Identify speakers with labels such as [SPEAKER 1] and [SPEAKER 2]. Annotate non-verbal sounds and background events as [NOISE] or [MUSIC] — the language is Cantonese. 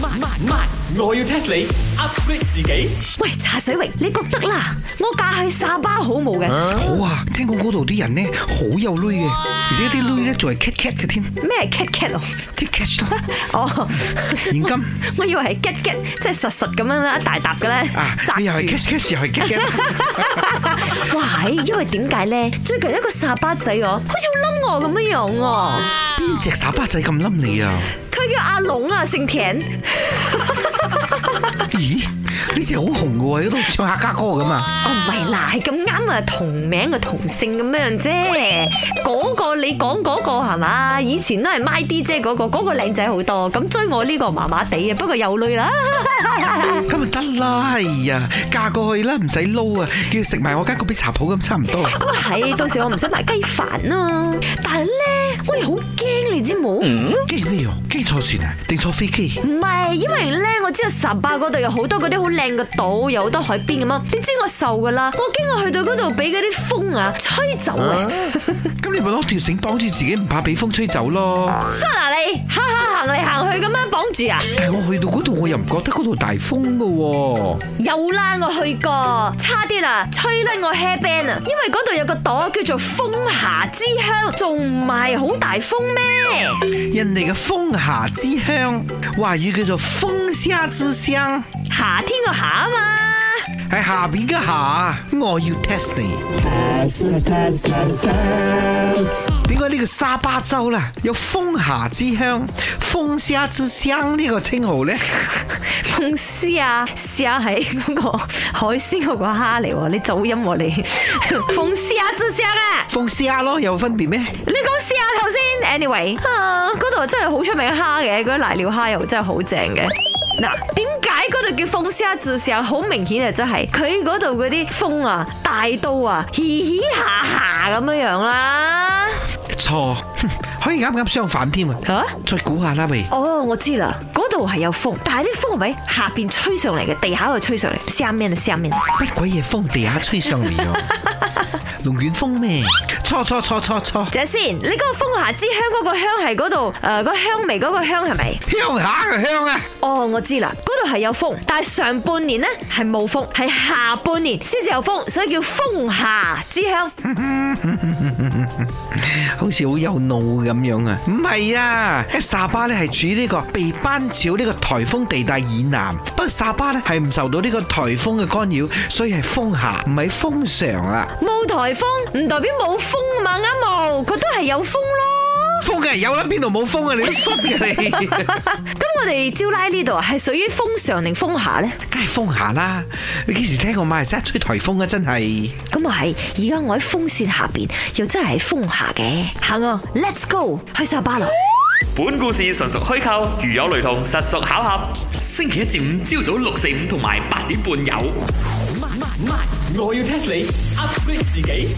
[SPEAKER 1] 慢慢慢，我要 test 你 upgrade 自己。
[SPEAKER 2] 喂，茶水榮，你覺得啦？我嫁去沙巴好冇嘅？
[SPEAKER 3] 好啊，聽講嗰度啲人咧好有女嘅，而且啲女咧仲係 cat cat 嘅添，
[SPEAKER 2] 咩係 cat cat 哦？
[SPEAKER 3] 即係 catch 咯，
[SPEAKER 2] 哦， [LAUGHS]
[SPEAKER 3] 現金
[SPEAKER 2] 我以為係 get get，即係實實咁樣啦，一大沓嘅咧
[SPEAKER 3] 啊，你又
[SPEAKER 2] 紮
[SPEAKER 3] 係
[SPEAKER 2] 住。
[SPEAKER 3] catch catch 又係 cat cat，
[SPEAKER 2] 哇，係因為點解咧？最近一個沙巴仔哦，好似好冧我咁樣樣喎。
[SPEAKER 3] 邊隻傻巴仔咁冧你啊？
[SPEAKER 2] 佢叫阿龍啊，姓田。
[SPEAKER 3] 咦，呢隻好紅嘅喎，喺度唱客家歌咁啊！
[SPEAKER 2] 哦，唔係啦，係咁啱啊，同名嘅同姓咁樣啫。嗰個你講嗰個係嘛？以前都係 my D 姐嗰個，嗰個靚仔好多。咁追我呢個麻麻地嘅，不過有女啦。
[SPEAKER 3] 咁咪得啦，哎呀，嫁過去啦，唔使撈啊，叫佢食埋我間嗰邊茶鋪咁差唔多。
[SPEAKER 2] 咁啊係，到時我唔使買雞飯啦。但係咧，我哋好驚你知冇？唔
[SPEAKER 3] 驚咩用？驚坐船啊，定坐飛機？
[SPEAKER 2] 係，因為咧，我知道沙巴嗰度有好多嗰啲好靚嘅島，有好多海邊咁啊。點知我瘦噶啦，我驚我去到嗰度俾嗰啲風啊吹走啊。
[SPEAKER 3] 咁你咪攞條繩綁住自己，唔怕俾風吹走咯。
[SPEAKER 2] s 啊你，下下行嚟行去咁樣綁住啊！
[SPEAKER 3] 但係我去到嗰度，我又唔覺得嗰度大風嘅喎。
[SPEAKER 2] 有啦，我去過，差啲啦，吹甩我 hairband 啊！因為嗰度有個朵叫做風霞之鄉，仲唔係好大風咩？
[SPEAKER 3] 人哋嘅風霞之鄉，華語叫做風沙之鄉，
[SPEAKER 2] 夏天個夏啊嘛。
[SPEAKER 3] 喺下邊嘅下，我要 test 你。點解呢個沙巴州啦有風霞之鄉、風沙之鄉呢個稱號呢？
[SPEAKER 2] 公司啊，試下係嗰個海鮮嗰個蝦嚟喎，你走音喎你。鳳試下之試啊，
[SPEAKER 3] 風沙咯，有分別咩？
[SPEAKER 2] 你講試下頭先。anyway，啊，嗰度真係好出名嘅蝦嘅，嗰啲瀨尿蝦又真係好正嘅。嗱，點解嗰度叫鳳試下之試啊？好明顯啊，真係佢嗰度嗰啲風啊，大到啊，嘻嘻下下咁樣樣啦。
[SPEAKER 3] 錯， [LAUGHS] 哼可以啱啱相反添啊！
[SPEAKER 2] 嚇？
[SPEAKER 3] 再估下啦，喂，
[SPEAKER 2] 哦，我知啦，嗰度係有風，但係啲風係咪下邊吹上嚟嘅，地下度吹上嚟，下面啊下面啊。
[SPEAKER 3] 乜鬼嘢風地下吹上嚟啊？龍捲風咩？錯錯錯錯錯！
[SPEAKER 2] 姐先，你嗰個風霞之鄉嗰個鄉係嗰度，誒、呃，嗰個香味嗰個鄉係咪？
[SPEAKER 3] 鄉下嘅鄉啊！
[SPEAKER 2] 哦，我知啦，嗰度係有風，但係上半年呢係冇風，係下半年先至有風，所以叫風霞之鄉。
[SPEAKER 3] 好似好有怒咁樣啊！唔係啊，喺沙巴咧係處於呢個被班照呢個颱風地帶以南，不過沙巴咧係唔受到呢個颱風嘅干擾，所以係風下，唔係風啊常啦。
[SPEAKER 2] 冇颱風唔代表冇風啊嘛，啱冇，佢都係有風咯。
[SPEAKER 3] 風嘅有啦，邊度冇風啊？你都衰嘅你，
[SPEAKER 2] 咁我哋招拉呢度啊，係屬於風常定風霞呢？
[SPEAKER 3] [LAUGHS] 梗係風下啦！你幾時聽過馬來西亞吹颱風啊？真係
[SPEAKER 2] 咁啊係，而家我喺風扇下邊，又真係喺風下嘅。行啊，Let's go 去沙巴啦！
[SPEAKER 4] 本故事純屬虛構，如有雷同，實屬巧合。星期一至五朝早六四五同埋八點半有。
[SPEAKER 1] 慢慢慢，我要 test 你 upgrade 自己。